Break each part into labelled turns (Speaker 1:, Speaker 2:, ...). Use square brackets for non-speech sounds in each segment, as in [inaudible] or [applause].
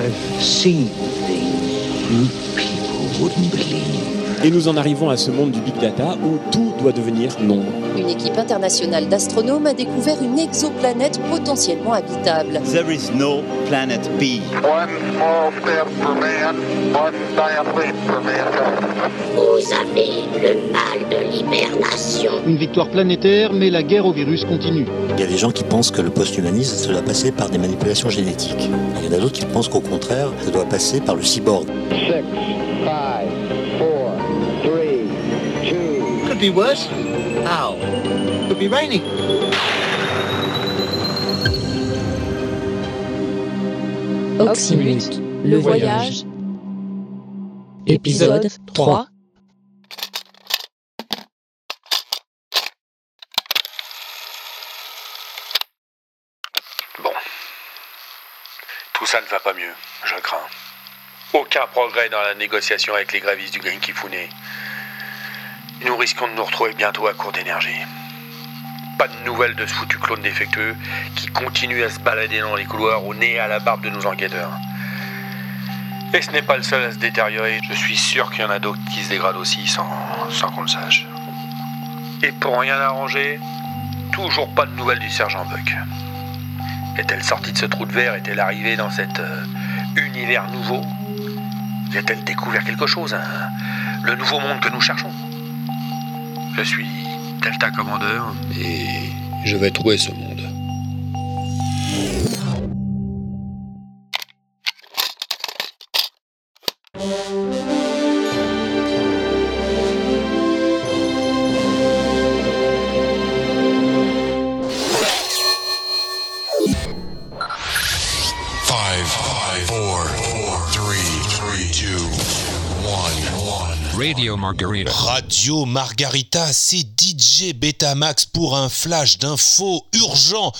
Speaker 1: I've seen things you people wouldn't believe.
Speaker 2: Et nous en arrivons à ce monde du big data où tout doit devenir nombre.
Speaker 3: Une équipe internationale d'astronomes a découvert une exoplanète potentiellement habitable.
Speaker 4: There is no planet B.
Speaker 5: One small step for man, one giant leap for mankind.
Speaker 6: Vous avez le mal de l'hibernation.
Speaker 7: Une victoire planétaire, mais la guerre au virus continue.
Speaker 8: Il y a des gens qui pensent que le post-humanisme, ça doit passer par des manipulations génétiques. Il y en a d'autres qui pensent qu'au contraire, ça doit passer par le cyborg.
Speaker 5: Six, five, four, three, two.
Speaker 9: Could be worse. How? Could be raining.
Speaker 10: Oxymute, le voyage. Épisode 3.
Speaker 11: Bon. Tout ça ne va pas mieux, je le crains. Aucun progrès dans la négociation avec les grévistes du Green Kifune. Et Nous risquons de nous retrouver bientôt à court d'énergie. Pas de nouvelles de ce foutu clone défectueux qui continue à se balader dans les couloirs au nez et à la barbe de nos enquêteurs. Et ce n'est pas le seul à se détériorer. Je suis sûr qu'il y en a d'autres qui se dégradent aussi sans, sans qu'on le sache. Et pour rien arranger, toujours pas de nouvelles du sergent Buck. Est-elle sortie de ce trou de verre Est-elle arrivée dans cet euh, univers nouveau Y a-t-elle découvert quelque chose hein Le nouveau monde que nous cherchons Je suis Delta Commander et je vais trouver ce monde.
Speaker 12: Five, five, four, four, three, three, two, one, one.
Speaker 13: Radio Margarita.
Speaker 12: Radio Margarita, c'est DJ Betamax pour un flash d'infos urgent.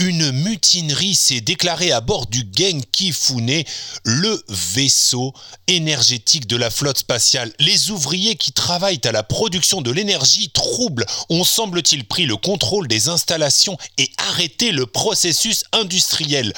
Speaker 12: Une mutinerie s'est déclarée à bord du Genki Fune, le vaisseau énergétique de la flotte spatiale. Les ouvriers qui travaillent à la production de l'énergie troublent, ont semble-t-il pris le contrôle des installations et arrêté le processus industriel.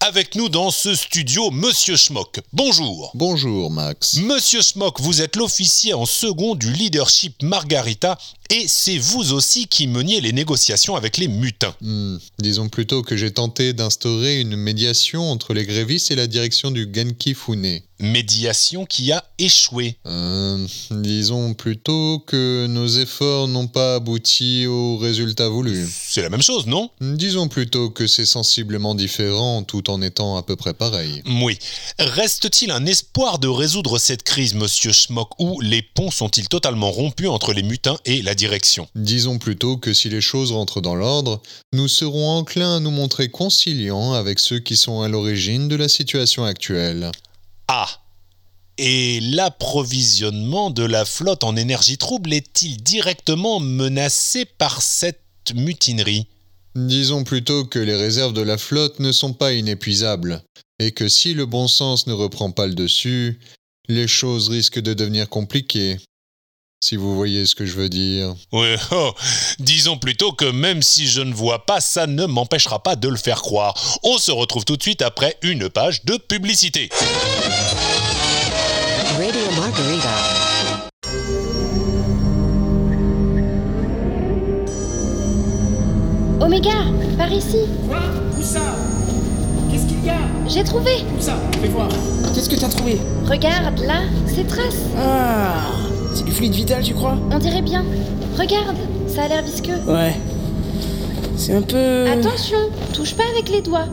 Speaker 12: Avec nous dans ce studio, Monsieur Schmock. Bonjour.
Speaker 14: Bonjour Max.
Speaker 12: Monsieur Schmock, vous êtes l'officier en second du leadership Margarita et c'est vous aussi qui meniez les négociations avec les mutins.
Speaker 14: Hmm, Disons plutôt que j'ai tenté d'instaurer une médiation entre les grévistes et la direction du Genki Fune.
Speaker 12: Médiation qui a échoué.
Speaker 14: Euh, disons plutôt que nos efforts n'ont pas abouti au résultat voulu.
Speaker 12: C'est la même chose, non
Speaker 14: Disons plutôt que c'est sensiblement différent tout en étant à peu près pareil.
Speaker 12: Oui. Reste-t-il un espoir de résoudre cette crise, monsieur Schmock, ou les ponts sont-ils totalement rompus entre les mutins et la direction
Speaker 14: Disons plutôt que si les choses rentrent dans l'ordre, nous serons enclins à nous montrer conciliants avec ceux qui sont à l'origine de la situation actuelle.
Speaker 12: Ah Et l'approvisionnement de la flotte en énergie trouble est-il directement menacé par cette mutinerie
Speaker 14: Disons plutôt que les réserves de la flotte ne sont pas inépuisables, et que si le bon sens ne reprend pas le dessus, les choses risquent de devenir compliquées. Si vous voyez ce que je veux dire.
Speaker 12: Oui, oh, disons plutôt que même si je ne vois pas, ça ne m'empêchera pas de le faire croire. On se retrouve tout de suite après une page de publicité.
Speaker 10: Radio Margarita.
Speaker 15: Oméga, par ici,
Speaker 16: Quoi Où ça Qu'est-ce qu'il y a
Speaker 15: j'ai trouvé.
Speaker 16: Où ça Fais voir. Qu'est-ce que t'as trouvé
Speaker 15: Regarde, là, ces traces.
Speaker 16: Ah C'est du fluide vital, tu crois
Speaker 15: On dirait bien. Regarde, ça a l'air visqueux.
Speaker 16: Ouais. Euh. C'est un peu.
Speaker 15: Attention, touche pas avec les doigts.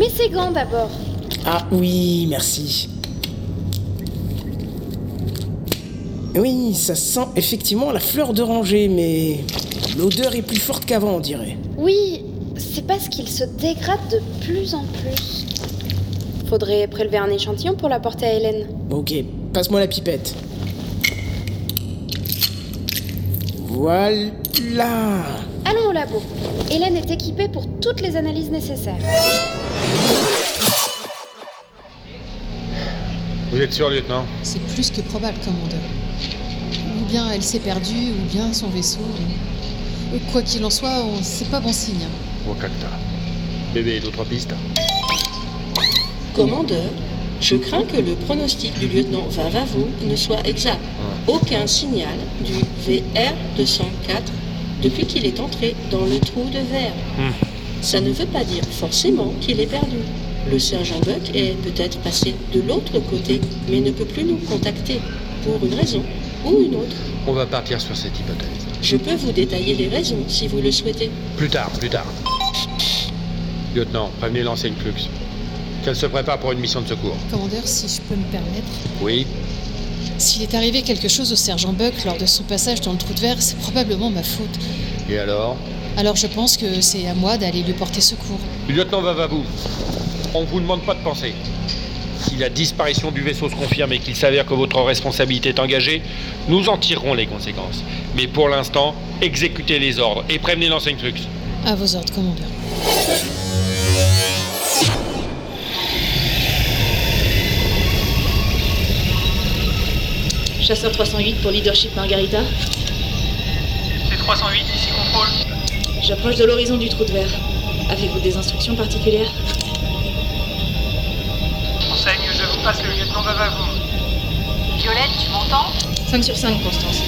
Speaker 15: Mets ses gants d'abord.
Speaker 16: Ah oui, merci. Oui, ça sent effectivement la fleur d'oranger, mais l'odeur est plus forte qu'avant, on dirait.
Speaker 15: Oui, c'est parce qu'il se dégrade de plus en plus. Faudrait prélever un échantillon pour l'apporter à Hélène.
Speaker 16: Ok, passe-moi la pipette. Voilà.
Speaker 15: Allons au labo. Hélène est équipée pour toutes les analyses nécessaires.
Speaker 17: Vous êtes sûr, lieutenant
Speaker 18: C'est plus que probable, commandeur. Ou bien elle s'est perdue, ou bien son vaisseau. euh, Quoi qu'il en soit, on- c'est pas bon signe. hein.
Speaker 11: Wakakta. Bébé, d'autres pistes
Speaker 19: Commandeur, je crains que le pronostic du lieutenant Vavavou ne soit exact.
Speaker 20: Oh,
Speaker 19: Aucun signal du VR204 depuis qu'il est entré dans le trou de verre. Ça ne veut pas dire forcément qu'il est perdu. Le sergent Buck est peut-être passé de l'autre côté, mais ne peut plus nous contacter, pour une raison ou une autre.
Speaker 11: On va partir sur cette hypothèse.
Speaker 19: Je peux vous détailler les raisons si vous le souhaitez.
Speaker 11: Plus tard, plus tard. Lieutenant, prévenez l'enseigne Clux. Qu'elle se prépare pour une mission de secours.
Speaker 12: Commandeur, si je peux me permettre,
Speaker 11: Oui,
Speaker 12: s'il est arrivé quelque chose au sergent Buck lors de son passage dans le trou de verre, c'est probablement ma faute.
Speaker 11: et alors
Speaker 12: Alors je pense que c'est à moi d'aller lui porter secours.
Speaker 11: Le lieutenant Vavavou, on ne vous demande pas de penser. Si la disparition du vaisseau se confirme et qu'il s'avère que votre responsabilité est engagée, nous en tirerons les conséquences. Mais pour l'instant, exécutez les ordres et prévenez l'enseigne Crux.
Speaker 12: À vos ordres, commandeur.
Speaker 21: Chasseur 308 pour leadership Margarita.
Speaker 22: C'est 308, ici contrôle.
Speaker 21: J'approche de l'horizon du trou de verre. Avez-vous des instructions particulières
Speaker 22: Enseigne, je vous passe le lieutenant Vavavou.
Speaker 18: Violette, tu m'entends
Speaker 21: 5 sur 5, Constance.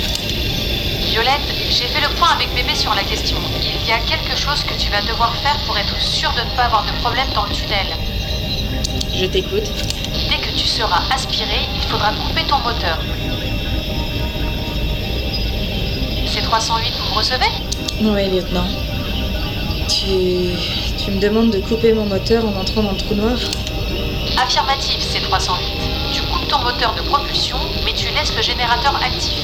Speaker 18: Violette, j'ai fait le point avec bébé sur la question. Il y a quelque chose que tu vas devoir faire pour être sûre de ne pas avoir de problème dans le tunnel.
Speaker 21: Je t'écoute.
Speaker 18: Dès que tu seras aspiré, il faudra couper ton moteur. C'est 308, vous me recevez
Speaker 21: Oui, lieutenant. Tu... tu me demandes de couper mon moteur en entrant dans le trou noir
Speaker 18: Affirmatif, c'est 308. Tu coupes ton moteur de propulsion, mais tu laisses le générateur actif.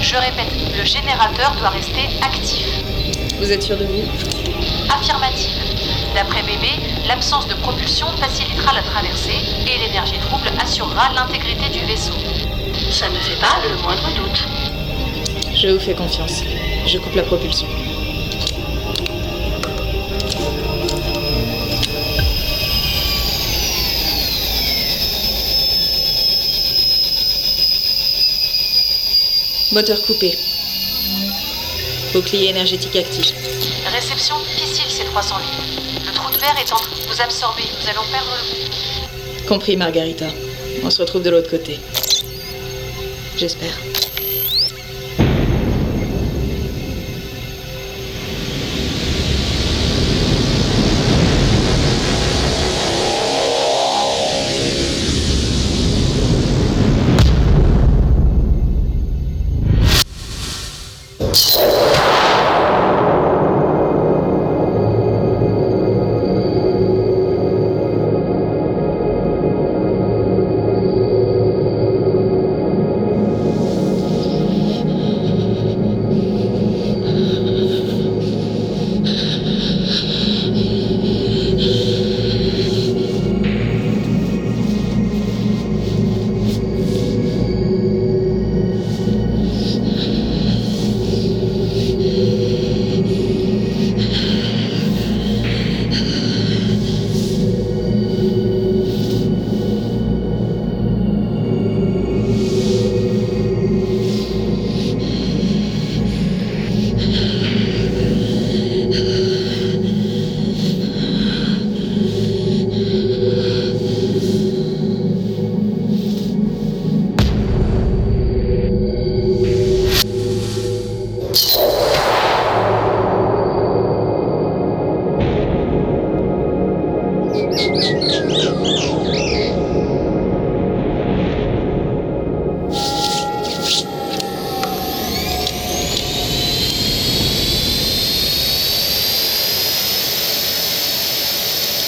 Speaker 18: Je répète, le générateur doit rester actif.
Speaker 21: Vous êtes sûr de vous
Speaker 18: Affirmative. D'après bébé, l'absence de propulsion facilitera la traversée et l'énergie trouble assurera l'intégrité du vaisseau. Ça ne fait pas le moindre doute.
Speaker 21: Je vous fais confiance. Je coupe la propulsion. Moteur coupé. Bouclier énergétique actif.
Speaker 18: Réception difficile, c'est 308. Le trou de verre est en train de vous absorber. Nous allons perdre le coup.
Speaker 21: Compris, Margarita. On se retrouve de l'autre côté. J'espère.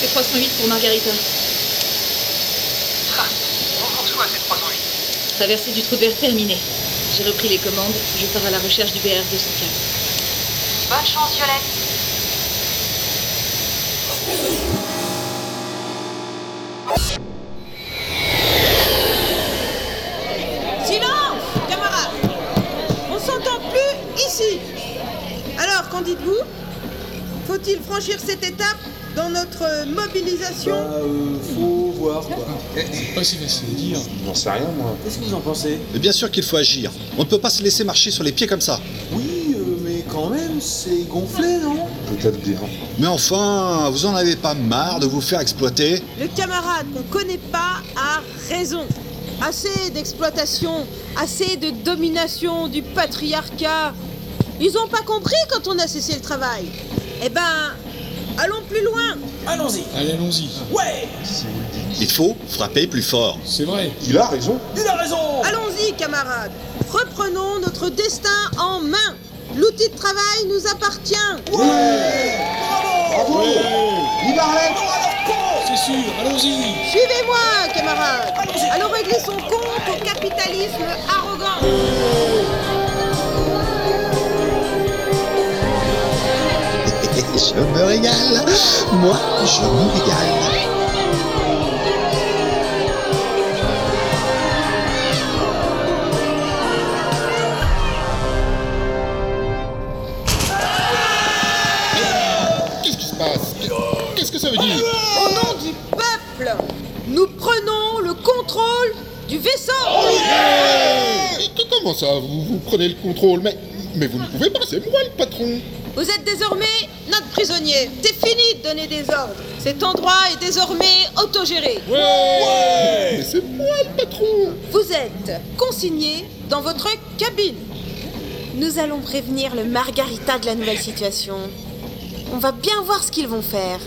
Speaker 21: C'est 308 pour Margarita.
Speaker 22: Bonjour, soit c'est 308.
Speaker 21: Traversée du trou de verre terminée. J'ai repris les commandes. Je pars à la recherche du BR204.
Speaker 18: Bonne chance, Violette.
Speaker 23: Silence, camarades On s'entend plus ici Alors, qu'en dites-vous Faut-il franchir cette étape dans notre mobilisation
Speaker 24: faut voir quoi. C'est pas si facile à dire. J'en sais rien moi. Qu'est-ce que vous en pensez
Speaker 14: Bien sûr qu'il faut agir. On ne peut pas se laisser marcher sur les pieds comme ça.
Speaker 24: Oui, euh, mais
Speaker 25: quand même, c'est gonflé, non
Speaker 26: Peut-être bien.
Speaker 2: Mais enfin, vous en avez pas marre de vous faire exploiter
Speaker 23: Le camarade qu'on connaît pas a raison. Assez d'exploitation, assez de domination du patriarcat. Ils ont pas compris quand on a cessé le travail. Eh ben, allons plus loin.
Speaker 16: Allons-y.
Speaker 2: Allez, allons-y.
Speaker 16: Ouais
Speaker 2: Il faut frapper plus fort.
Speaker 26: C'est vrai. Il a raison.
Speaker 23: Il a raison Allons-y, camarades Reprenons notre destin en main L'outil de travail nous appartient
Speaker 26: Ouais Bravo
Speaker 25: C'est sûr, allons-y
Speaker 23: Suivez-moi, camarades Allons régler son compte au capitalisme arrogant
Speaker 2: je me régale. Moi, je me régale.
Speaker 12: Qu'est-ce qui se passe Qu'est-ce que ça veut dire
Speaker 23: Au nom du peuple, nous prenons le contrôle du vaisseau
Speaker 12: Et que- Eh, Comment ça vous, vous prenez le contrôle Mais, mais vous ne pouvez pas, c'est moi le patron
Speaker 23: Vous êtes désormais notre prisonnier. C'est fini de donner des ordres. Cet endroit est désormais autogéré.
Speaker 12: Ouais Mais c'est
Speaker 23: moi le patron. Vous êtes consigné dans votre cabine. Nous allons prévenir le Margarita de la nouvelle situation. On va bien voir ce qu'ils vont faire.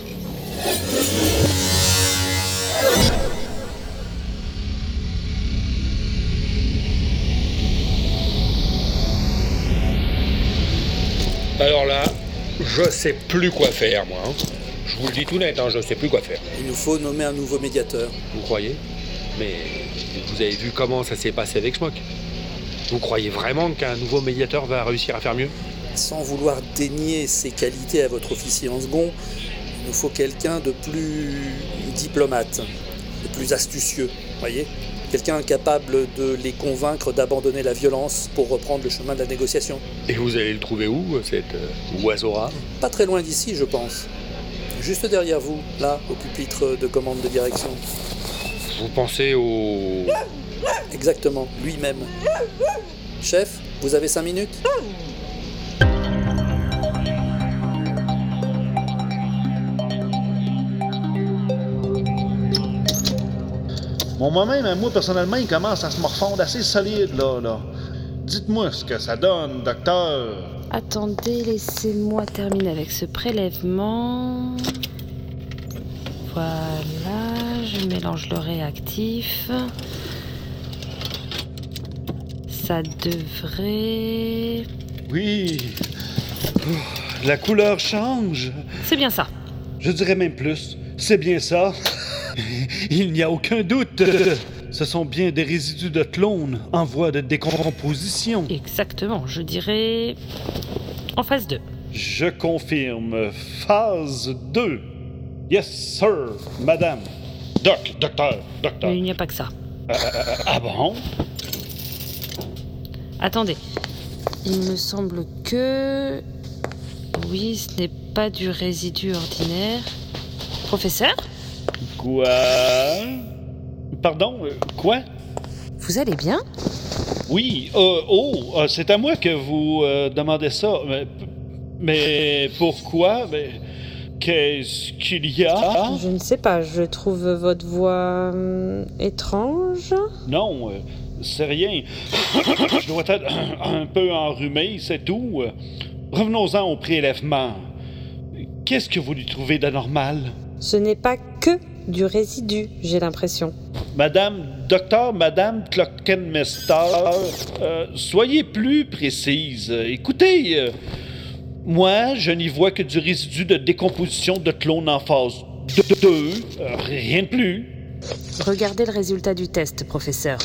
Speaker 11: Alors là, je sais plus quoi faire, moi. hein. Je vous le dis tout net, hein, je sais plus quoi faire.
Speaker 27: Il nous faut nommer un nouveau médiateur.
Speaker 11: Vous croyez Mais vous avez vu comment ça s'est passé avec Schmock. Vous croyez vraiment qu'un nouveau médiateur va réussir à faire mieux
Speaker 27: Sans vouloir dénier ses qualités à votre officier en second, il nous faut quelqu'un de plus diplomate, de plus astucieux, voyez Quelqu'un capable de les convaincre d'abandonner la violence pour reprendre le chemin de la négociation.
Speaker 11: Et vous allez le trouver où, cet euh, oiseau rare
Speaker 27: Pas très loin d'ici, je pense. Juste derrière vous, là, au pupitre de commande de direction.
Speaker 11: Vous pensez au...
Speaker 27: Exactement, lui-même. Chef, vous avez cinq minutes
Speaker 28: Bon, moi-même, moi, personnellement, il commence à se morfondre assez solide, là, là. Dites-moi ce que ça donne, docteur.
Speaker 29: Attendez, laissez-moi terminer avec ce prélèvement. Voilà, je mélange le réactif. Ça devrait...
Speaker 24: Oui. La couleur change.
Speaker 29: C'est bien ça.
Speaker 24: Je dirais même plus. C'est bien ça. [laughs] Il n'y a aucun doute. Ce sont bien des résidus de clones en voie de décomposition.
Speaker 29: Exactement, je dirais... En phase 2.
Speaker 24: Je confirme. Phase 2. Yes, sir, madame. Doc, docteur, docteur.
Speaker 29: Mais il n'y a pas que ça.
Speaker 24: Ah, ah, ah, ah bon?
Speaker 29: Attendez. Il me semble que... Oui, ce n'est pas du résidu ordinaire. Professeur
Speaker 24: Quoi? Pardon, euh, quoi?
Speaker 29: Vous allez bien
Speaker 24: Oui, euh, oh, euh, c'est à moi que vous euh, demandez ça. Mais, mais pourquoi? Mais Qu'est-ce qu'il y a?
Speaker 29: Je ne sais pas, je trouve votre voix hum, étrange.
Speaker 24: Non, euh, c'est rien. [coughs] Je dois être [coughs] un peu enrhumé, c'est tout. Euh, Revenons-en au prélèvement. Qu'est-ce que vous lui trouvez d'anormal?
Speaker 29: Ce n'est pas que du résidu, j'ai l'impression.
Speaker 24: Madame, docteur, madame Clockenmester, euh, soyez plus précise. Écoutez, euh, moi, je n'y vois que du résidu de décomposition de clones en phase 2, rien de plus.
Speaker 29: Regardez le résultat du test, professeur.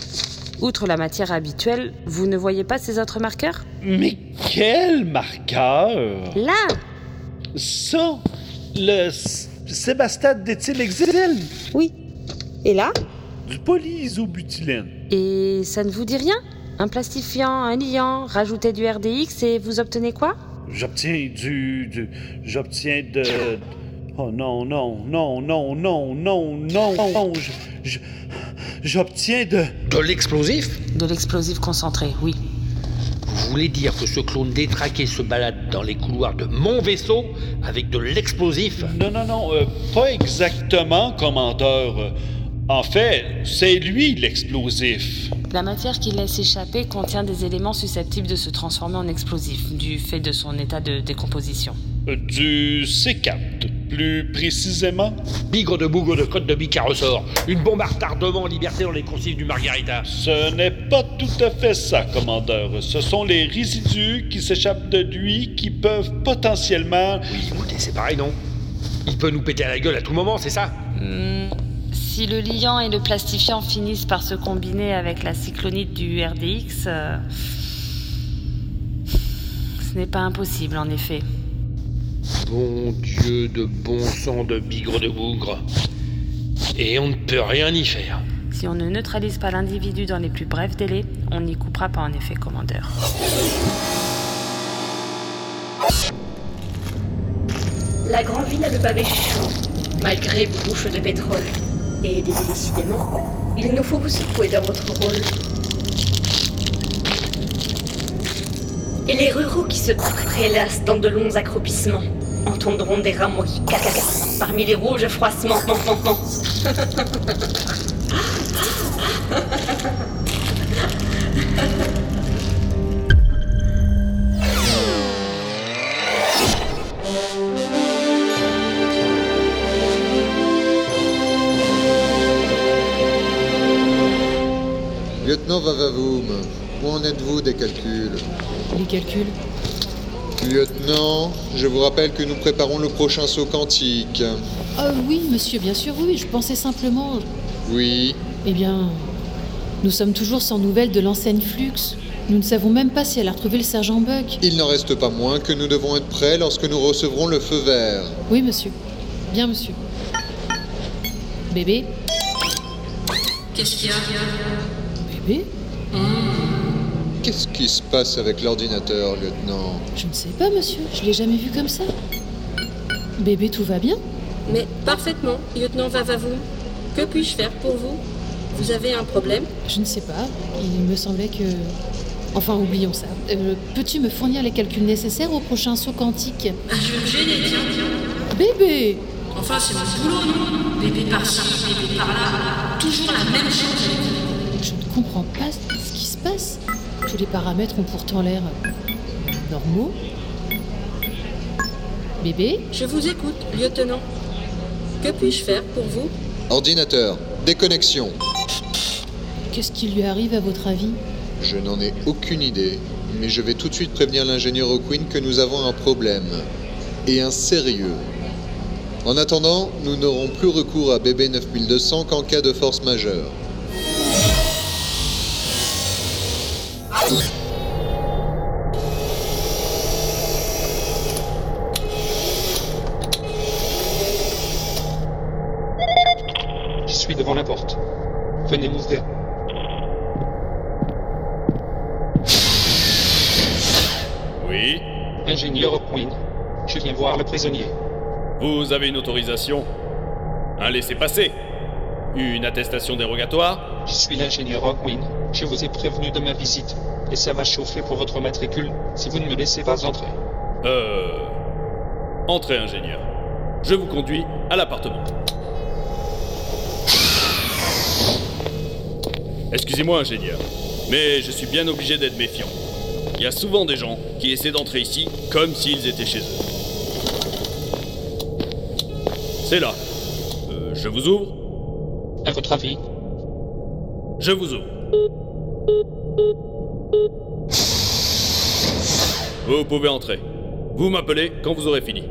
Speaker 29: Outre la matière habituelle, vous ne voyez pas ces autres marqueurs
Speaker 24: Mais quel marqueur!
Speaker 29: Là
Speaker 24: Ça, le s- sébastate d'éthylhexyl.
Speaker 29: Oui. Et là
Speaker 24: Du polyisobutylène.
Speaker 29: Et ça ne vous dit rien Un plastifiant, un liant, rajoutez du RDX et vous obtenez quoi
Speaker 24: J'obtiens du, du- J'obtiens de. Oh non, non, non, non, non, non, non, non. je- je- J'obtiens de.
Speaker 29: De l'explosif De l'explosif concentré, oui.
Speaker 24: Vous
Speaker 11: voulez dire que ce clone détraqué se balade dans les couloirs de mon vaisseau avec de l'explosif
Speaker 24: Non, non, non, euh, pas exactement, commandeur. Euh, En fait, c'est lui l'explosif.
Speaker 29: La matière qu'il laisse échapper contient des éléments susceptibles de se transformer en explosifs, du fait de son état de décomposition.
Speaker 24: Euh, Du C4, plus précisément.
Speaker 11: Bigre de bougre de côte de bic à ressort. Une bombe à retardement en liberté dans les concives du Margarita.
Speaker 24: Ce n'est pas tout à fait ça, commandeur. Ce sont les résidus qui s'échappent de lui qui peuvent potentiellement...
Speaker 11: Oui, écoutez, c'est pareil, non Il peut nous péter à la gueule à tout moment, c'est ça
Speaker 29: Hmm, si le liant et le plastifiant finissent par se combiner avec la cyclonite du RDX, euh, ce n'est pas impossible en effet.
Speaker 11: Bon Dieu de bon sang de bigre de bougre. Et on ne peut rien y faire.
Speaker 29: Si on ne neutralise pas l'individu dans les plus brefs délais, on n'y coupera pas en effet, commandeur.
Speaker 20: La grande ville n'a de pavé chaud, malgré vos bouches de pétrole. Et décidément, il nous faut vous secouer dans votre rôle. Et les ruraux qui se prélassent dans de longs accroupissements entendront des ramollis caca parmi les rouges froissements.
Speaker 14: Lieutenant Vavavoum, où en êtes-vous des calculs
Speaker 18: Les calculs
Speaker 14: Lieutenant, je vous rappelle que nous préparons le prochain saut quantique.
Speaker 18: Oh oui, monsieur, bien sûr, oui. Je pensais simplement...
Speaker 14: Oui,
Speaker 18: Eh bien, nous sommes toujours sans nouvelles de l'enseigne Flux. Nous ne savons même pas si elle a retrouvé le sergent Buck.
Speaker 14: il n'en reste pas moins que nous devons être prêts lorsque nous recevrons le feu vert.
Speaker 18: Oui, monsieur. Bien, monsieur. Bébé
Speaker 20: Qu'est-ce qu'il y a
Speaker 18: Bébé
Speaker 14: Qu'est-ce qui se passe avec l'ordinateur, lieutenant
Speaker 18: Je ne sais pas, monsieur. Je l'ai jamais vu comme ça. Bébé, tout va bien
Speaker 19: Mais parfaitement, lieutenant Vavavou. Que puis-je faire pour vous Vous avez un problème
Speaker 18: Je ne sais pas. Il me semblait que... Enfin, oublions ça. Euh, Peux-tu me fournir les calculs nécessaires au prochain saut quantique
Speaker 19: Ah,
Speaker 20: Je vais me gêner, tiens, tiens.
Speaker 18: Bébé
Speaker 20: Enfin, c'est votre boulot, non Bébé par-ci, bébé par-là. Toujours la même chose.
Speaker 18: Je ne comprends pas ce qui se passe. Tous les paramètres ont pourtant l'air normaux. Bébé
Speaker 19: Je vous écoute, lieutenant. Que puis-je faire pour vous
Speaker 14: Ordinateur, déconnexion.
Speaker 18: Qu'est-ce qui lui arrive à votre avis
Speaker 14: Je n'en ai aucune idée, mais je vais tout de suite prévenir l'ingénieur O'Quinn que nous avons un problème. Et un sérieux. En attendant, nous n'aurons plus recours à BB 9200 qu'en cas de force majeure.
Speaker 4: Je suis devant la porte. Venez m'ouvrir.
Speaker 5: Oui
Speaker 4: Ingénieur O'Quinn, je viens voir le prisonnier.
Speaker 5: Vous avez une autorisation Un laissez-passer Une attestation dérogatoire
Speaker 4: Je suis l'ingénieur O'Quinn. Je vous ai prévenu de ma visite. Et ça va chauffer pour votre matricule si vous ne me laissez pas entrer.
Speaker 5: Euh... Entrez, ingénieur. Je vous conduis à l'appartement. Excusez-moi, ingénieur, mais je suis bien obligé d'être méfiant. Il y a souvent des gens qui essaient d'entrer ici comme s'ils étaient chez eux. C'est là. Euh, je vous ouvre
Speaker 4: À votre avis,
Speaker 5: Je vous ouvre. Vous pouvez entrer. Vous m'appelez quand vous aurez fini.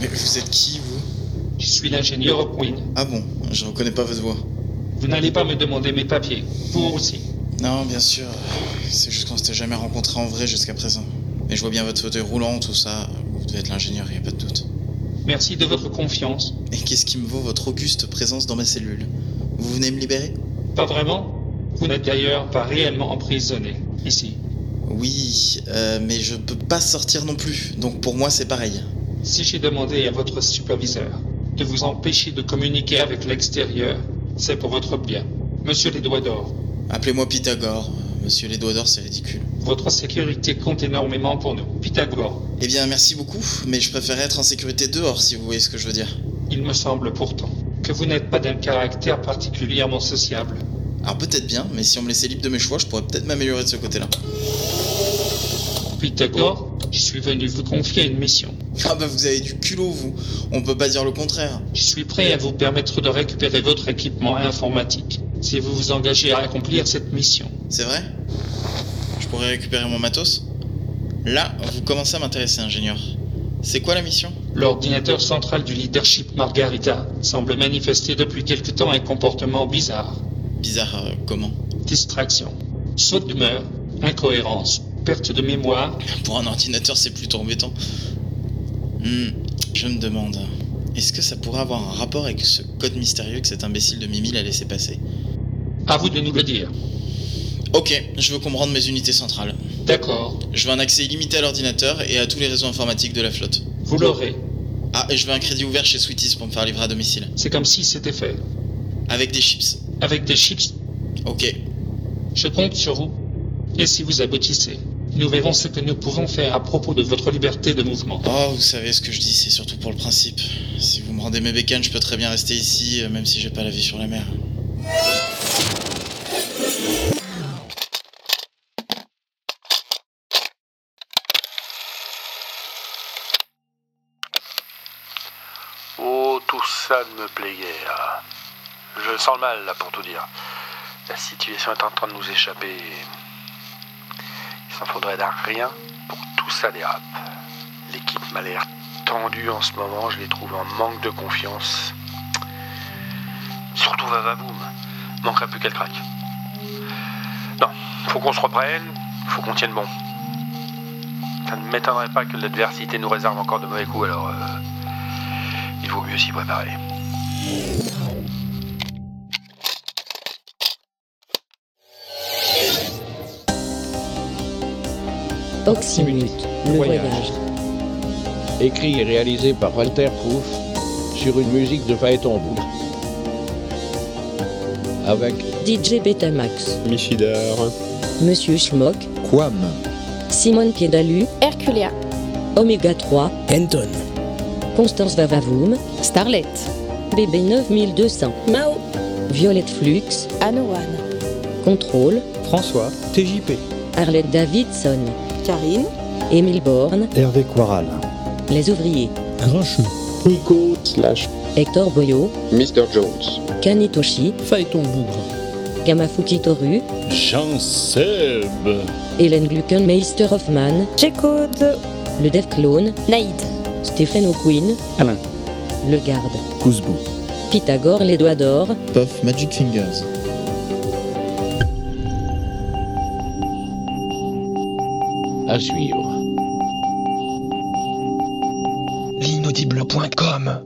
Speaker 25: Mais vous êtes qui, vous
Speaker 4: je suis l'ingénieur O'Quinn.
Speaker 25: Ah bon, je reconnais pas votre voix.
Speaker 4: Vous n'allez pas me demander mes papiers. Vous aussi.
Speaker 25: Non, bien sûr. C'est juste qu'on s'était jamais rencontrés en vrai jusqu'à présent. Et je vois bien votre fauteuil roulant, tout ça. Vous devez être l'ingénieur, y a pas de doute.
Speaker 4: Merci de votre confiance.
Speaker 25: Et qu'est-ce qui me vaut votre auguste présence dans ma cellule Vous venez me libérer
Speaker 4: Pas vraiment. Vous n'êtes d'ailleurs pas réellement emprisonné. Ici.
Speaker 25: Oui, euh, mais je peux pas sortir non plus. Donc pour moi, c'est pareil.
Speaker 4: Si j'ai demandé à votre superviseur de vous empêcher de communiquer avec l'extérieur, c'est pour votre bien.
Speaker 30: Monsieur les doigts d'or,
Speaker 25: Appelez-moi Pythagore. Monsieur les doigts d'or, c'est ridicule.
Speaker 30: votre sécurité compte énormément pour nous. Pythagore,
Speaker 25: Eh bien, merci beaucoup, mais je préférerais être en sécurité dehors, si vous voyez ce que je veux dire.
Speaker 30: il me semble pourtant que vous n'êtes pas d'un caractère particulièrement sociable.
Speaker 25: Alors peut-être bien, mais si on me laissait libre de mes choix, je pourrais peut-être m'améliorer de ce côté-là.
Speaker 30: Pythagore, je suis venu vous confier une mission.
Speaker 25: Ah bah vous avez du culot, vous. On peut pas dire le contraire.
Speaker 30: Je suis prêt à vous permettre de récupérer votre équipement informatique si vous vous engagez à accomplir cette mission.
Speaker 25: C'est vrai Je pourrais récupérer mon matos Là, vous commencez à m'intéresser, ingénieur. C'est quoi la mission
Speaker 30: L'ordinateur central du leadership Margarita semble manifester depuis quelque temps un comportement bizarre.
Speaker 25: Bizarre euh, comment
Speaker 30: Distraction, saut d'humeur, incohérence, perte de mémoire.
Speaker 25: Pour un ordinateur, c'est plutôt embêtant. Hmm, je me demande, est-ce que ça pourrait avoir un rapport avec ce code mystérieux que cet imbécile de Mimi l'a laissé passer
Speaker 30: À vous de nous le dire.
Speaker 25: Ok, je veux comprendre mes unités centrales.
Speaker 30: D'accord,
Speaker 25: Je veux un accès illimité à l'ordinateur et à tous les réseaux informatiques de la flotte.
Speaker 30: vous l'aurez.
Speaker 25: Ah, et je veux un crédit ouvert chez Sweeties pour me faire livrer à domicile.
Speaker 30: C'est comme si c'était fait.
Speaker 25: Avec des chips.
Speaker 30: Avec des chips,
Speaker 25: Ok,
Speaker 30: je compte sur vous. Et si vous aboutissez, nous verrons ce que nous pouvons faire à propos de votre liberté de mouvement.
Speaker 25: Oh, vous savez ce que je dis, c'est surtout pour le principe. Si vous me rendez mes bécanes, je peux très bien rester ici, euh, même si j'ai pas la vue sur la mer.
Speaker 11: Oh, tout ça ne me plaît guère. Je sens le mal, là, pour tout dire. La situation est en train de nous échapper. Il s'en faudrait d'un rien pour que tout ça dérape. L'équipe m'a l'air tendue en ce moment, je les trouve en manque de confiance. Surtout Vavavoum. Manquerait plus qu'elle craque. Non, faut qu'on se reprenne, faut qu'on tienne bon. Ça ne m'étonnerait pas que l'adversité nous réserve encore de mauvais coups, alors... euh, il vaut mieux s'y préparer.
Speaker 3: Oxymute, le voyage.
Speaker 5: écrit et réalisé par Walter Proof sur une musique de Phaéton Boulle. Avec
Speaker 3: DJ Betamax,
Speaker 5: Michidar.
Speaker 3: Monsieur Schmock,
Speaker 5: Quam.
Speaker 3: Simone Piedalu, Herculea, Omega 3, Kenton, Constance Vavavoum, Starlet, BB 9200, Mao, Violette Flux, Anoan, Contrôle,
Speaker 31: François, TJP.
Speaker 3: Arlette Davidson, Karine, Émile Borne,
Speaker 31: Hervé Quaral.
Speaker 3: Les Ouvriers,
Speaker 31: Grincheux.
Speaker 5: Nico slash
Speaker 3: Hector Boyo,
Speaker 5: Mr. Jones.
Speaker 3: Kanitoshi, Phaéton Bougre, Gamafuki Toru,
Speaker 24: Jean Seb.
Speaker 3: Hélène Gluckenmeister Hoffman, G-Code, le Dev Clone, Naïd, Stephen O'Quinn,
Speaker 25: Alain.
Speaker 3: le Garde,
Speaker 25: Kouzbou.
Speaker 3: Pythagore les Doigts d'Or,
Speaker 25: Puff Magic Fingers.
Speaker 5: À suivre.
Speaker 31: L'inaudible.com